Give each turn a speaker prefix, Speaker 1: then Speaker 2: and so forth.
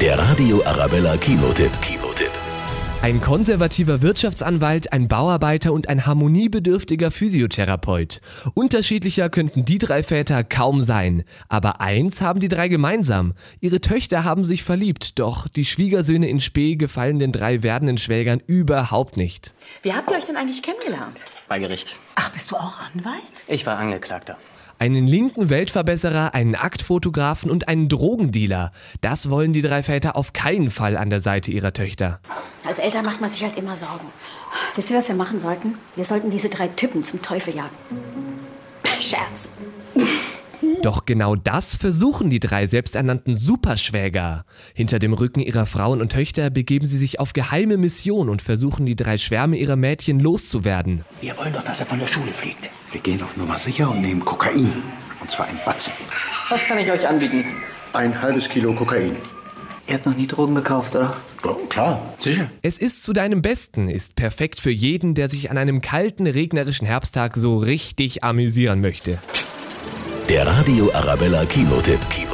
Speaker 1: Der Radio Arabella Kinotipp. Kinotipp.
Speaker 2: Ein konservativer Wirtschaftsanwalt, ein Bauarbeiter und ein harmoniebedürftiger Physiotherapeut. Unterschiedlicher könnten die drei Väter kaum sein. Aber eins haben die drei gemeinsam. Ihre Töchter haben sich verliebt, doch die Schwiegersöhne in Spee gefallen den drei werdenden Schwägern überhaupt nicht.
Speaker 3: Wie habt ihr euch denn eigentlich kennengelernt?
Speaker 4: Bei Gericht.
Speaker 3: Ach, bist du auch Anwalt?
Speaker 4: Ich war Angeklagter.
Speaker 2: Einen linken Weltverbesserer, einen Aktfotografen und einen Drogendealer. Das wollen die drei Väter auf keinen Fall an der Seite ihrer Töchter.
Speaker 5: Als Eltern macht man sich halt immer Sorgen. Wisst ihr, was wir machen sollten? Wir sollten diese drei Typen zum Teufel jagen. Scherz.
Speaker 2: Doch genau das versuchen die drei selbsternannten Superschwäger. Hinter dem Rücken ihrer Frauen und Töchter begeben sie sich auf geheime Mission und versuchen die drei Schwärme ihrer Mädchen loszuwerden.
Speaker 4: Wir wollen doch, dass er von der Schule fliegt.
Speaker 6: Wir gehen auf Nummer sicher und nehmen Kokain. Und zwar ein Batzen.
Speaker 4: Was kann ich euch anbieten?
Speaker 6: Ein halbes Kilo Kokain.
Speaker 4: Ihr habt noch nie Drogen gekauft, oder?
Speaker 6: Ja, klar.
Speaker 4: Sicher.
Speaker 2: Es ist zu deinem Besten, ist perfekt für jeden, der sich an einem kalten, regnerischen Herbsttag so richtig amüsieren möchte.
Speaker 1: Der Radio Arabella Kinotipp. Kinotipp.